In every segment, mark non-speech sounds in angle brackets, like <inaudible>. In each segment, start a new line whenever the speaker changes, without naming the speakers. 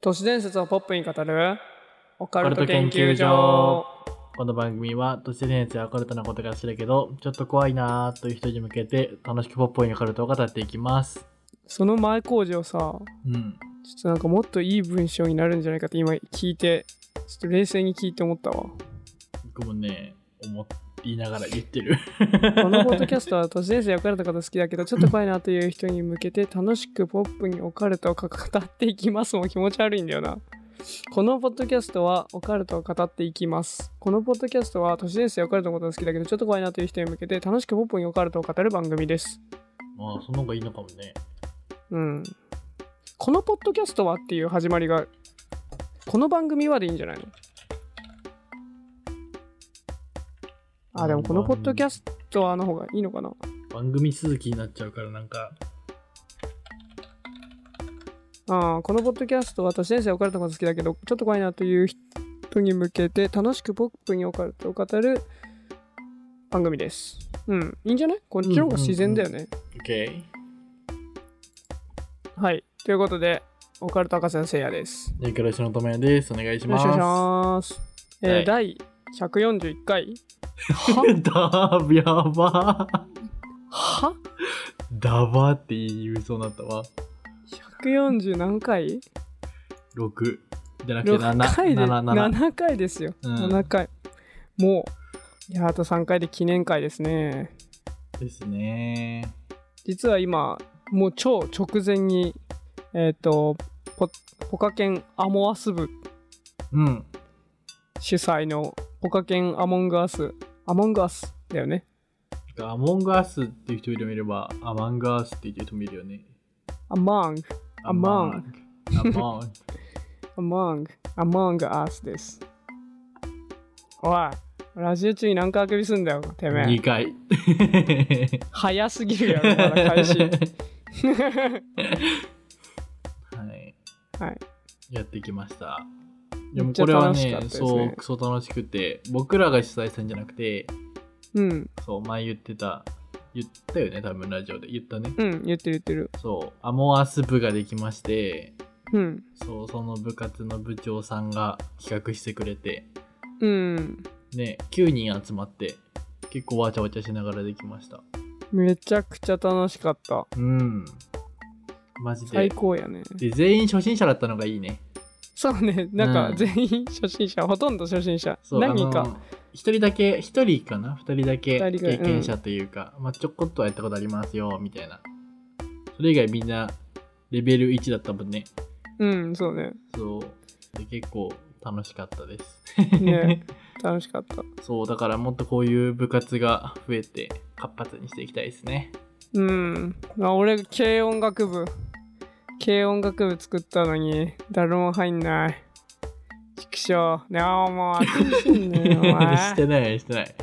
都市伝説をポップに語るオカル
ル
ト
ト
研
研
究
究
所
所この番組は都市伝説やオカルトなことが知るけどちょっと怖いなーという人に向けて楽しくポップにオカルトを語っていきます
その前工事をさちょ
うん
っとなんかもっといい文章になるんじゃないかって今聞いてちょっと冷静に聞いて思ったわ
僕もね思いながら言ってる
このポッドキャストは都市伝説やオカルトのこと好きだけどちょっと怖いなという人に向けて楽しくポップにオカルトを語っていきますも気持ち悪いんだよなこのポッドキャストはオカルトを語っていきますこのポッドキャストは都市伝説やオカルトのことが好きだけどちょっと怖いなという人に向けて楽しくポップにオカルトを語る番組です
<laughs> まあその方がいいのかもね
うん。このポッドキャストはっていう始まりが、この番組はでいいんじゃないのあ、でもこのポッドキャストはの方がいいのかな
番組続きになっちゃうからなんか
ああ、このポッドキャストは私先生オカルトが好きだけど、ちょっと怖いなという人に向けて楽しくポップにオカルトを語る番組です。うん、いいんじゃないこっちの方が自然だよね。
OK
はい。ということで、オカルト赤先生やです。
で黒石のとめですお願いし
よろ
ま
し
す
くお願いします。えー
はい
第141回
<laughs> だーやばー
は
だばーって言いそうになったわ
?140 何回
6じゃなくて
?6 回で
77
7回ですよ。
うん
7回。もう、いやあと3回で記念会ですね。
ですね
実は今、もう超直前に、えっ、と、ポポカケンアモアス部
うん
主催のポカケンアモングアス、アモングアスだよね。
アモングアスっていう人もいれば、アマングアスっていう人もいるよね。
アマング、アマン
グ。ア
<laughs>
マング。
アモング、アモングアスです。おい、ラジオ中に何回あくびすんだよ、てめえ
2。回。
早すぎるやろ、まだ開
<laughs>
始。
はい。
はい。
やってきました。でも
めっちゃ
これは
楽しか
ね
ったですね
そう、クソ楽しくて、僕らが主催したんじゃなくて、
うん、
そう、前言ってた、言ったよね、多分ラジオで。言ったね。
うん、言ってる言ってる。
そう、アモアス部ができまして、
うん、
そう、その部活の部長さんが企画してくれて、
うん。
ね、9人集まって、結構わちゃわちゃしながらできました。
めちゃくちゃ楽しかった。
うん。マジで
最。高やね。
で、全員初心者だったのがいいね。
そうね、なん
う
か
ん
全員初心者、ほとんど初心者。
そう
何人
あの
か。
一人だけ、一人かな二人だけ
二人が
経験者というか、まあちょこっとはやったことありますよ、みたいな。それ以外みんな、レベル1だったもんね。
うん、そうね。
そう。で、結構楽しかったです。 <laughs>
ね楽しかった。
そう、だからもっとこういう部活が増えて、活発にしていきたいですね。
うん。あ俺、軽音楽部。軽音楽部作ったのに、誰も入んない。畜生。ねあ、もう、苦しいんだよ、お
<laughs> し
前
て。ない、してない。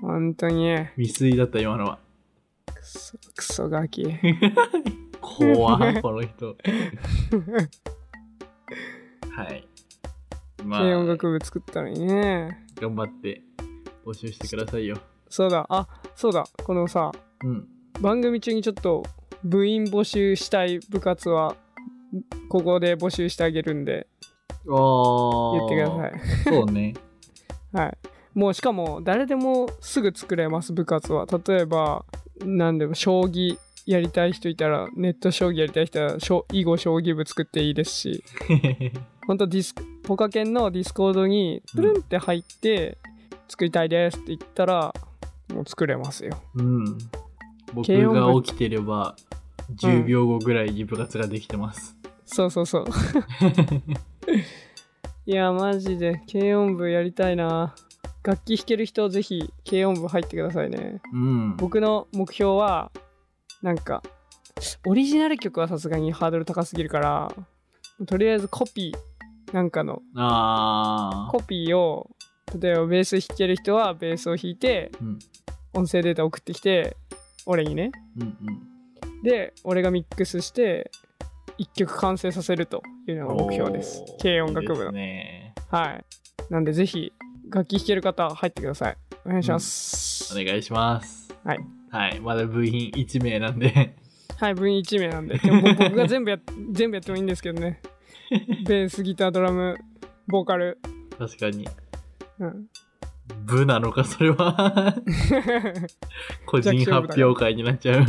本当に。
未遂だった、今のは。
クソ、クソガ
<laughs>
キ。<laughs>
怖いこの人はいま
軽音
あ
楽部作ったのにね。
頑張って募集してくださいよ
そうだ、あ、そうだ、このさ、
うん
番組中にちょっと部員募集したい部活は、ここで募集してあげるんで、
あ
言ってくださ
い
い。
そうね <laughs>
はい。もうしかも誰でもすぐ作れます部活は例えば何でも将棋やりたい人いたらネット将棋やりたい人はしょ囲碁将棋部作っていいですし本当ディスクポカケンのディスコードにプルンって入って作りたいですって言ったらもう作れますよ
うん僕
軽音
が
部
起きてれば10秒後ぐらいに部活ができてます、
そうそうそういやマジで軽音部やりたいな楽器弾ける人ぜひ軽音部入ってくださいね
うん
僕の目標はなんかオリジナル曲はさすがにハードル高すぎるからとりあえずコピーなんかの
ああ
コピーを例えばベース弾ける人はベースを弾いて
うん
音声データ送ってきて俺にね
うん
で俺がミックスして1曲完成させるというの
う
が
ん
目標です
おー
軽音楽部
いい
の
ですね
はいなんでぜひ楽器弾ける方入ってくださいお願いします、
お願いします
はい
はいまだ部員1名なんで
はい、部員1名なんで。でも僕僕が全部やっ全部やってもいいんですけどね。ベースギタードラムボーカル、
確かに。
うん、 <laughs>
部なのか、それは。個人発表会になっ <laughs> ちゃう。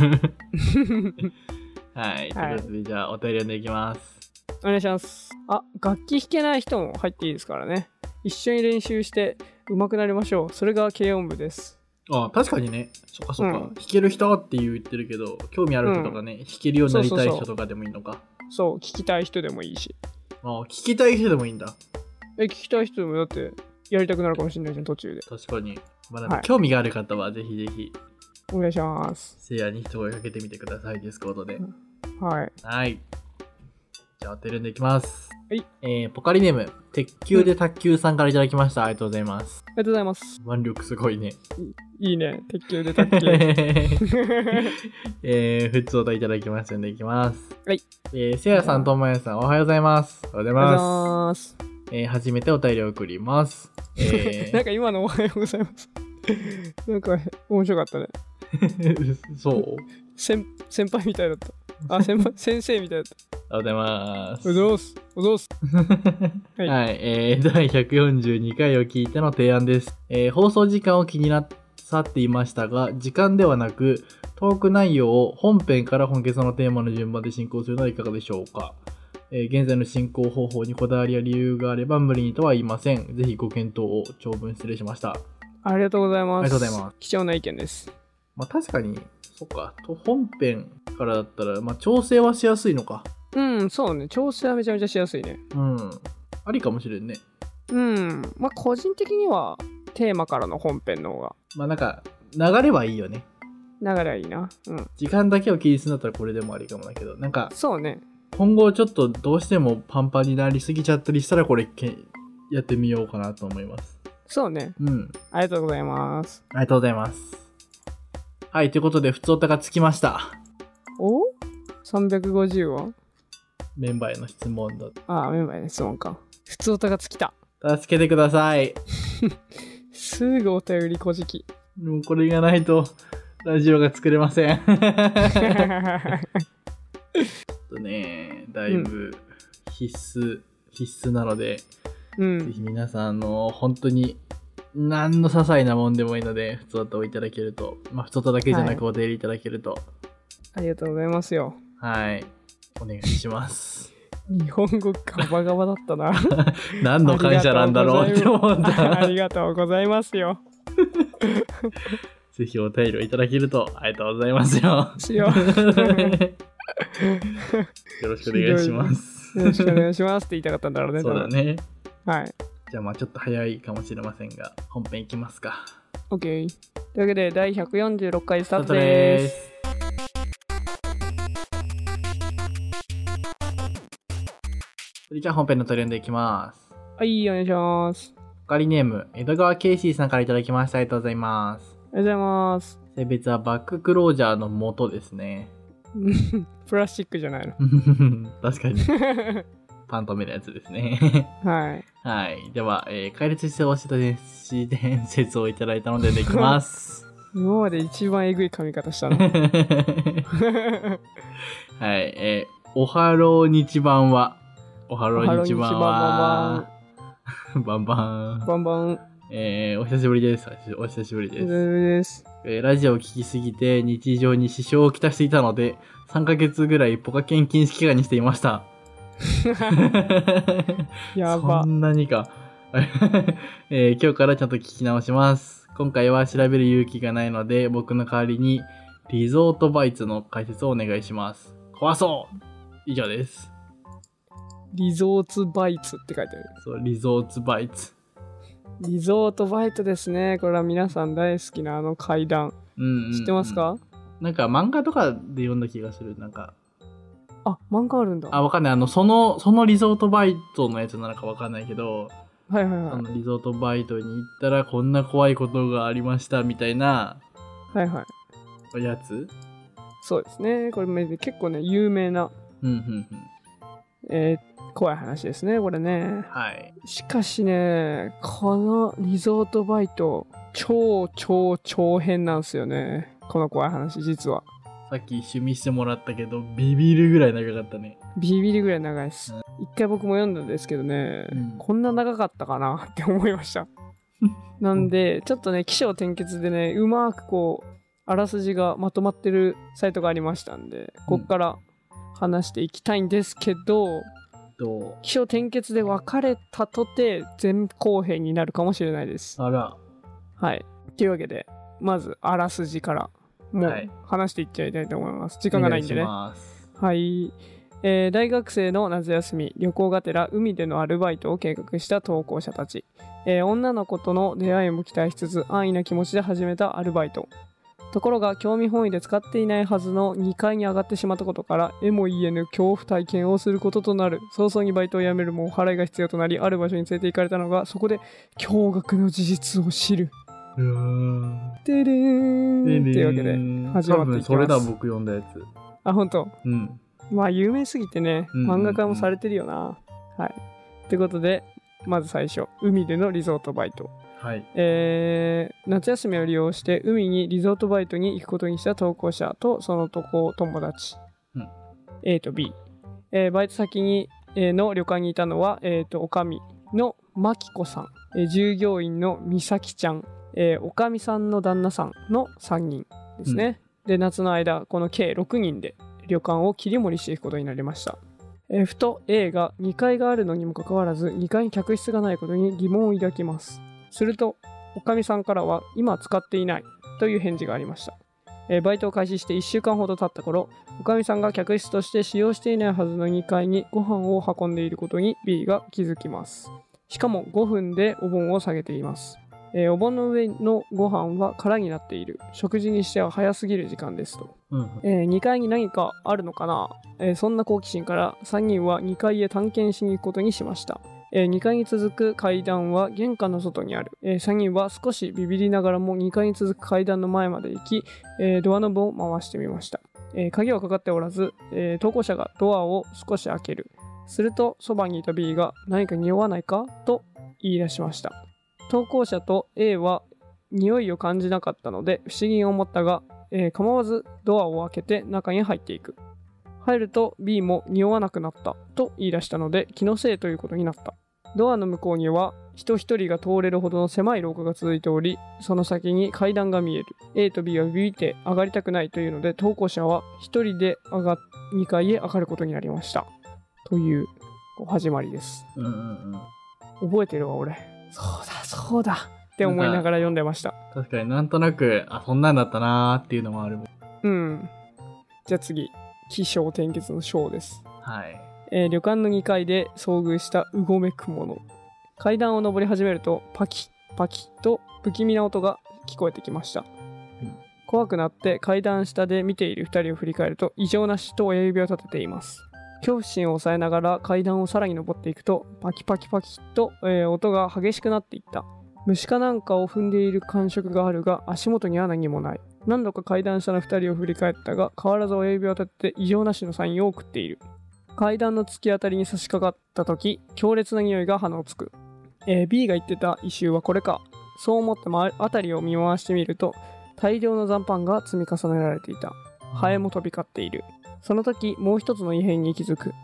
はい。ということで、じゃあ、お便り読んでいきます。
お願いしますあ楽器弾けない人も入っていいですからね一緒に練習して上手くなりましょうそれが軽音部です
あ確かにね。そっかそっか。
うん
弾ける人って言ってるけど、興味ある人とかね、弾けるようになりた
そう
い
そうそ
人
う
とかでもいいのか。
そう聞きたい人でもいいし
あ聞きたい人でもいいんだ。
え聞きたい人でもだってやりたくなるかもしれないじゃん途中で
確かに。まあでも
はい
興味がある方は、ぜひぜひ、
お願いします
せいやに一声かけてみてください、ディスコードで。
はい
はい。じゃあ、当てるんでいきます。
はい。
えー、ポカリネーム、鉄球で卓球さんからいただきました。ありがとうございます
あ。りがとうございます
腕力すごいね。
いいね鉄球で卓
<laughs>
球 <laughs>
え <laughs> ー、普通お題いただきましたので、いきます。
はい。
えー、せいやさん、ともやさん、おはようございます。おはようご
おはよ
ざい
ござ
う
い
ま
ます。
す。えー、初めてお便りを送ります。え
<laughs> なんか今のおはようございます。 <laughs> なんか面白かったね。 <laughs>
ー、そう
先先輩みたいだ
<laughs>
った。あ、先輩先生みたいだった。
おはようございます
お。どうすおどうす
はい、えー第142回を聞いての提案です、えー放送時間を気になさっていましたが時間ではなくトーク内容を本編から本決のテーマの順番で進行するのはいかがでしょうか、えー現在の進行方法にこだわりや理由があれば無理にとは言いませんぜひご検討を長文失礼しました
ありがとうございます。。
ありがとうございます
貴重な意見です。
まあ確かにそっかと本編からだったら、まあ、調整はしやすいのか
うん、そうね。調整はめちゃめちゃしやすいね。
うんありかもしれんね
うん。まあ、個人的にはテーマからの本編の方
まあなんか流れはいいよね
が流れはいいな。うん。
時間だけを気にするんだったらこれでもありかもだけどなんか
そうね。
今後ちょっとどうしてもパンパンになりすぎちゃったりしたらこれけやってみようかなと思います
そうね。
うん
ありがとうございます。
ありがとうございますはいということで普通おたがつきました
お ?350 は
メンバーへの質問だ
あ、メンバーへの質問か。普通歌が尽きた。
助けてください
すぐお便りこじ
<laughs>
き。 <laughs>
もうこれがないとラジオが作れません <laughs> ちょっとねだいぶ必須、必須なので
う
ぜ
ん、
ひ皆さん、あの、本当に、何の些細なもんでもいいので、ふつおたをいただけると、まあ、ふつおただけじゃなくお出りいただけると、
ありがとうございますよ。
はい、お願いします。
日本語ガバガバだったな。
<laughs> 何の感謝なんだろうって思っ
<laughs> あ
<laughs> た。
りがとうございますよ。
ぜひお便りをいただけると、ありがとうございますよ。
しよ
<laughs> よろしくお願いします。
よろしくお願いしますって言いたかったんだろうね。
そうだね。
多分。はい。
じゃあ、まあちょっと早いかもしれませんが、本編いきますか。
OK。というわけで、第146回スタートです。
す。それじゃあ本編の取り読んでいきます。
はい、お願いします。
ポカリネーム、江戸川ケイシーさんからいただきました。ありがとうございます。
ありがとうございます。 <laughs>
性別はバッククロージャーの元ですね。 <laughs>
プラスチックじゃないの。 <laughs>
確かに。パントメのやつですね。 <laughs>
はい。
はい。では、えー、解説してほしい <laughs> 伝説伝説をいただいたのででき
<laughs>
ます。
今まで一番えぐい髪型した <laughs> の。
はい。えー、おはろう日番は。おはろう日番は。 <laughs> バンバン。
バンバン。
えー、お久しぶりです。お久しぶり
お
です。
疲れ様です。
えーラジオを聞きすぎて日常に支障をきたしていたので3ヶ月ぐらいポカケン禁止期間にしていました
<laughs>
<laughs>
やば
そ。んなにか、 <laughs> えー今日からちゃんと聞き直します今回は調べる勇気がないので僕の代わりにリゾートバイツの解説をお願いします怖そう以上です
リゾーツバイツって書いてある。
そうリゾートバイツ
リゾートバイトですね。これは皆さん大好きなあの階段。
うんうんうん
知ってますか、
なんか漫画とかで読んだ気がするなんか
あ、漫画あるんだ。
あわかんないあのそのそのリゾートバイトのやつなのかわかんないけど
はいはいは。
そのリゾートバイトに行ったらこんな怖いことがありましたみたいない
はいはい。
おやつ
そうですね。これめ結構ね、有名な、
うんうんうん
えー怖い話ですね、これね。
はい
しかしね、このリゾートバイト、超超超変なんですよね。この怖い話、実は。
さっき趣味してもらったけどビビるぐらい長かったね
ビビるぐらい長いです。一回僕も読んだんですけどね、
うん
こんな長かったかなって思いました
<laughs>
なんでちょっとね起承転結でねうまくこうあらすじがまとまってるサイトがありましたんでこっから話していきたいんですけど、
と、
起承転結で別れたとて前後編になるかもしれないです
あら、
はいというわけでまずあらすじからもう
はい
話していっちゃいたいと思います、時間がないんでね
お願いします
はい、えー大学生の夏休み旅行がてら海でのアルバイトを計画した投稿者たち、えー女の子との出会いも期待しつつ安易な気持ちで始めたアルバイトところが興味本位で使っていないはずの2階に上がってしまったことから絵も言えぬ恐怖体験をすることとなる早々にバイトを辞めるもお払いが必要となりある場所に連れて行かれたのがそこで驚愕の事実を知る
うーん。
てれーん
ねえねえ
っていうわけで始まっていきます
多分それだ、僕読んだやつ。
あ本当
うん。
まあ有名すぎてね、
うんうんう
漫
ん
画家もされてるよな。はい。ってことで、まず最初、海でのリゾートバイト。
はい。
えー夏休みを利用して海にリゾートバイトに行くことにした投稿者とその投稿友達、
うん
A と B、えーバイト先に、えーの旅館にいたのは、えー、とおかみのまきこさん、えー従業員のみさきちゃん、えーおかみさんの旦那さんの3人ですね、で夏の間この計6人で旅館を切り盛りしていくことになりましたえーふと A が2階があるのにもかかわらず2階に客室がないことに疑問を抱きますするとおかみさんからは今使っていないという返事がありました、えーバイトを開始して1週間ほど経った頃おかみさんが客室として使用していないはずの2階にご飯を運んでいることに B が気づきますしかも5分でお盆を下げています、えーお盆の上のご飯は空になっている食事にしては早すぎる時間ですと
うん。
え2階に何かあるのかな、えーそんな好奇心から3人は2階へ探検しに行くことにしました、え2階に続く階段は玄関の外にある、え3人は少しビビりながらも2階に続く階段の前まで行き、えードアノブを回してみました、えー鍵はかかっておらず、えー投稿者がドアを少し開けるするとそばにいた B が何か匂わないかと言い出しました投稿者と A は匂いを感じなかったので不思議に思ったがえー構わずドアを開けて中に入っていく入ると B も匂わなくなったと言い出したので気のせいということになったドアの向こうには人一人が通れるほどの狭い廊下が続いておりその先に階段が見える A と B はビビって上がりたくないというので投稿者は一人で上が2階へ上がることになりましたというこう始まりです
うんうんうん。
覚えてるわ俺そうだそうだって思いながら読んでました
確かになんとなく、あ、そんなんだったなーっていうのもある。
うんじゃあ次起承転結の章です
はい。
えー旅館の2階で遭遇したうごめくもの階段を上り始めるとパキパキと不気味な音が聞こえてきました、
うん
怖くなって階段下で見ている2人を振り返ると異常な死と親指を立てています恐怖心を抑えながら階段をさらに登っていくとパキパキパキと、えー音が激しくなっていった虫かなんかを踏んでいる感触があるが足元には何もない何度か階段下の2人を振り返ったが変わらず親指を立てて異常なしのサインを送っている階段の突き当たりに差し掛かった時強烈な匂いが鼻をつく、えー B が言ってた異臭はこれかそう思ってま辺りを見回してみると大量の残飯が積み重ねられていたハエも飛び交っているその時もう一つの異変に気づく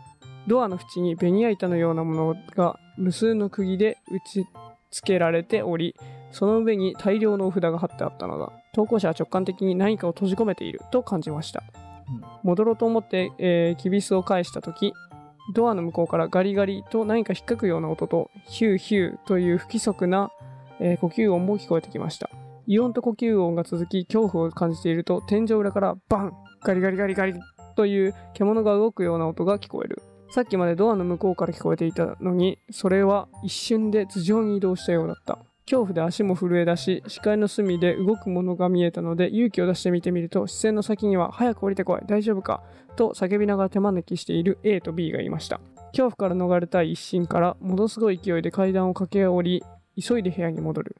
ドアの縁にベニヤ板のようなものが無数の釘で打ち付けられておりその上に大量のお札が貼ってあったのだ投稿者は直感的に何かを閉じ込めていると感じました戻ろうと思って、えーキビスを返した時ドアの向こうからガリガリと何か引っかくような音とヒューヒューという不規則な、えー呼吸音も聞こえてきました異音と呼吸音が続き恐怖を感じていると天井裏からバンガリガリガリガリという獣が動くような音が聞こえるさっきまでドアの向こうから聞こえていたのにそれは一瞬で頭上に移動したようだった恐怖で足も震え出し視界の隅で動くものが見えたので勇気を出して見てみると視線の先には「早く降りてこい大丈夫か?」と叫びながら手招きしている A と B がいました恐怖から逃れたい一心からものすごい勢いで階段を駆け下り急いで部屋に戻る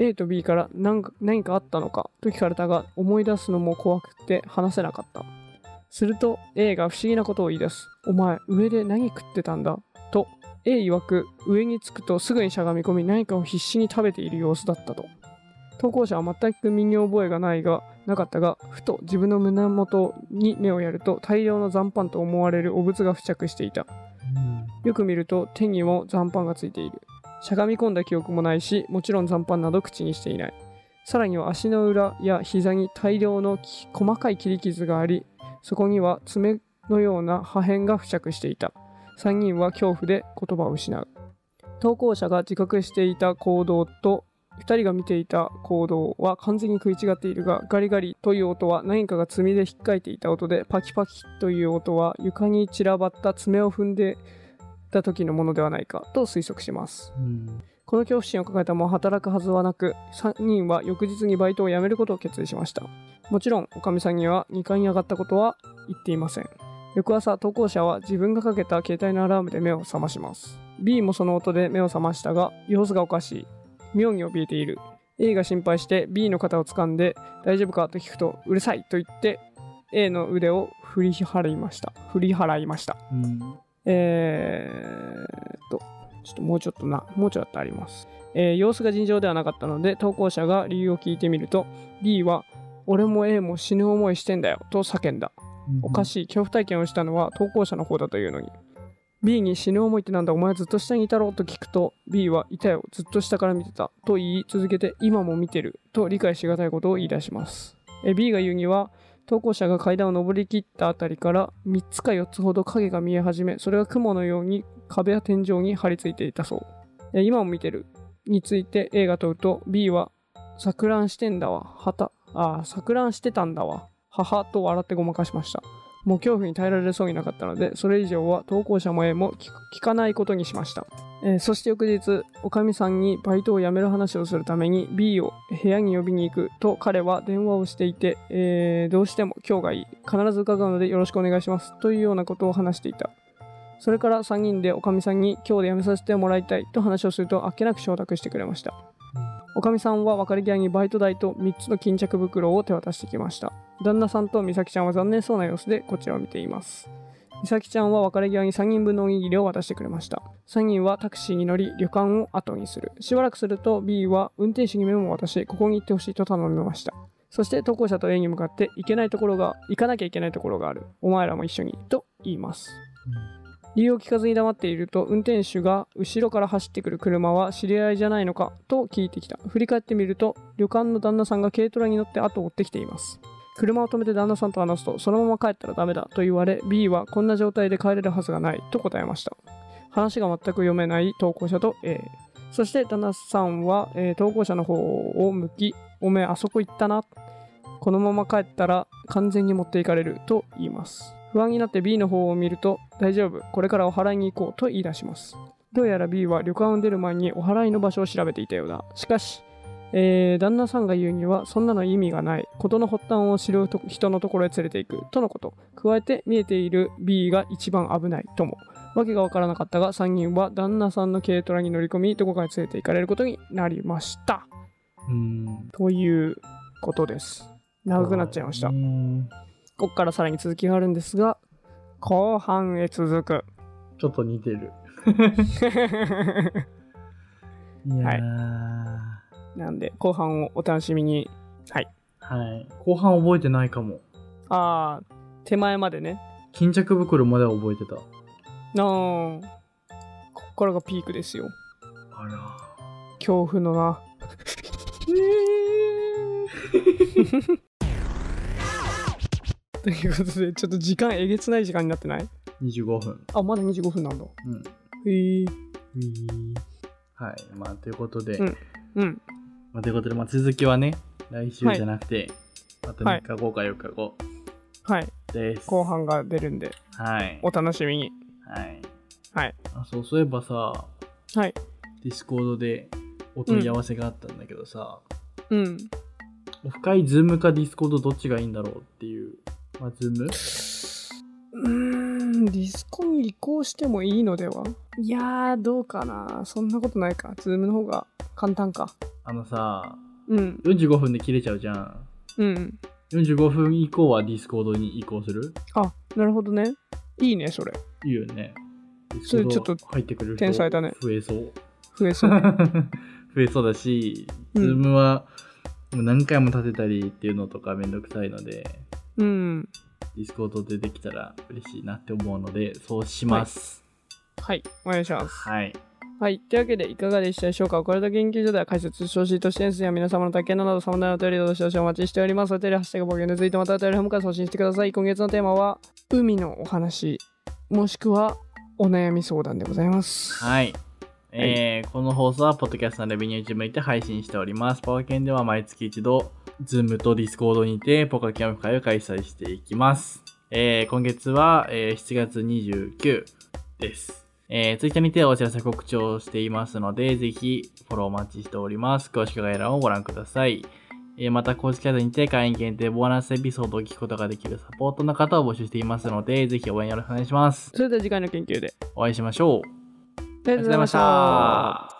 A と B から何か何かあったのかと聞かれたが思い出すのも怖くて話せなかったすると A が不思議なことを言い出す「お前上で何食ってたんだ」と A 曰く上に着くとすぐにしゃがみ込み何かを必死に食べている様子だったと投稿者は全く身に覚えがないがなかったがふと自分の胸元に目をやると大量の残飯と思われるお仏が付着していた
うん
よく見ると手にも残飯がついている。しゃがみ込んだ記憶もないし、もちろん残飯など口にしていない。さらには足の裏や膝に大量のき細かい切り傷があり、そこには爪のような破片が付着していた。3人は恐怖で言葉を失う。投稿者が自覚していた行動と2人が見ていた行動は完全に食い違っているがガリガリという音は何かが爪で引っかいていた音でパキパキという音は床に散らばった爪を踏んでた時のものではないかと推測します
うん
この恐怖心を抱えたまま働くはずはなく3人は翌日にバイトを辞めることを決意しましたもちろんおかみさんには2階に上がったことは言っていません翌朝投稿者は自分がかけた携帯のアラームで目を覚まします B もその音で目を覚ましたが様子がおかしい妙に怯えている A が心配して B の肩を掴んで大丈夫かと聞くとうるさいと言って A の腕を振り払いました振り払いました
うん
えーっと、ちょっともうちょっとな、もうちょっとあります。えー様子が尋常ではなかったので、投稿者が理由を聞いてみると、D は、俺も A も死ぬ思いしてんだよと叫んだ。おかしい、恐怖体験をしたのは投稿者の方だというのに。B に死ぬ思いってなんだお前ずっと下にいたろうと聞くと B はいたよずっと下から見てたと言い続けて今も見てると理解しがたいことを言い出しますえ B が言うには投稿者が階段を上りきったあたりから3つか4つほど影が見え始めそれが雲のように壁や天井に張り付いていたそうえ今も見てるについて A が問うと B は錯乱してんだわはたあ錯乱してたんだわ母と笑ってごまかしましたもう恐怖に耐えられそうになかったのでそれ以上は投稿者も A も聞く聞かないことにしました、えーそして翌日おかみさんにバイトを辞める話をするために B を部屋に呼びに行くと彼は電話をしていて、えーどうしても今日がいい必ず伺うのでよろしくお願いしますというようなことを話していたそれから3人でおかみさんに今日で辞めさせてもらいたいと話をするとあっけなく承諾してくれましたおかみさんは別れ際にバイト代と3つの巾着袋を手渡してきました旦那さんと美咲ちゃんは残念そうな様子でこちらを見ています美咲ちゃんは別れ際に3人分のおにぎりを渡してくれました3人はタクシーに乗り旅館を後にするしばらくすると B は運転手にメモを渡しここに行ってほしいと頼みましたそして投稿者と A に向かって行けないところが行かなきゃいけないところがあるお前らも一緒にと言います理由を聞かずに黙っていると運転手が後ろから走ってくる車は知り合いじゃないのかと聞いてきた振り返ってみると旅館の旦那さんが軽トラに乗って後を追ってきています車を止めて旦那さんと話すとそのまま帰ったらダメだと言われ B はこんな状態で帰れるはずがないと答えました話が全く読めない投稿者と A そして旦那さんは、えー投稿者の方を向きおめえあそこ行ったなこのまま帰ったら完全に持っていかれると言います不安になって B の方を見ると大丈夫これからお払いに行こうと言い出しますどうやら B は旅館を出る前にお払いの場所を調べていたようだしかし、えー旦那さんが言うにはそんなの意味がない事の発端を知ると人のところへ連れて行くとのこと加えて見えている B が一番危ないともわけがわからなかったが3人は旦那さんの軽トラに乗り込みどこかへ連れて行かれることになりました
うん
ということです長くなっちゃいました
うん
ここからさらに続きがあるんですが後半へ続く
ちょっと似
<laughs>
てるいやー
はい
は
なんで後半をお楽しみに
い後半覚えてないかも
ああ手前までね
巾着袋までは覚えてた
なあこっからがピークですよ
あら
恐怖のな <laughs> ということでちょっと時間えげつない時間になってない
25分
あまだ25分なんだ
うん
へえ
はいまあということで、
うんうん
まあ、ということで、まあ、続きはね来週じゃなくて、あと
はい
3日後か4日後
はい
です
後半が出るんで
はい
お楽しみに
はい、
はい
あそうそういえばさ
はい
ディスコードでお問い合わせがあったんだけどさ、
うん
オフ会ズームかディスコードどっちがいいんだろうっていうまあズーム
うーん、ディスコに移行してもいいのではいやー、どうかな。そんなことないか。ズームの方が簡単か。
あのさ
うん、
45分で切れちゃうじゃん
うん。
45分以降はディスコードに移行する
あ、なるほどね。いいね、それ。
いいよねディス
そ
コ
れ
ード
ちょっと
入ってくれる人
天才だね
増え
<laughs>
そう
増え
<laughs>
そう。
増えそうだし、
うん
Zoom はもう何回も立てたりっていうのとかめんどくさいので、
うん。
Discord でできたら嬉しいなって思うので、そうします。
はい、お願いします。
はい。
はい。というわけで、いかがでしたでしょうかこれと研究所では解説、小シート、視点数や皆様の体験など、様々なお便りをどしどしお待ちしております。お便り、ハッシュタグ、冒険でツイート、またお便り、ホームから送信してください。今月のテーマは、海のお話、もしくは、お悩み相談でございます。
はい。えーこの放送は、ポッドキャストのレビューに打ち向いて配信しております。ポカケンでは毎月一度、ズームとディスコードにて、ポカキャンプ会を開催していきます。えー今月は、えー7月29です。えー、ツイッターにてお知らせ告知をしていますので、ぜひフォローお待ちしております。詳しく概要欄をご覧ください。えーまた、公式サイトにて会員限定ボーナスエピソードを聞くことができるサポートの方を募集していますので、ぜひ応援よろしくお願いします。
それでは次回の研究で。
お会いしましょう。
ありが
あ
とうご
りがとうござ
ざ
い
い
ま
ま
し
したた。。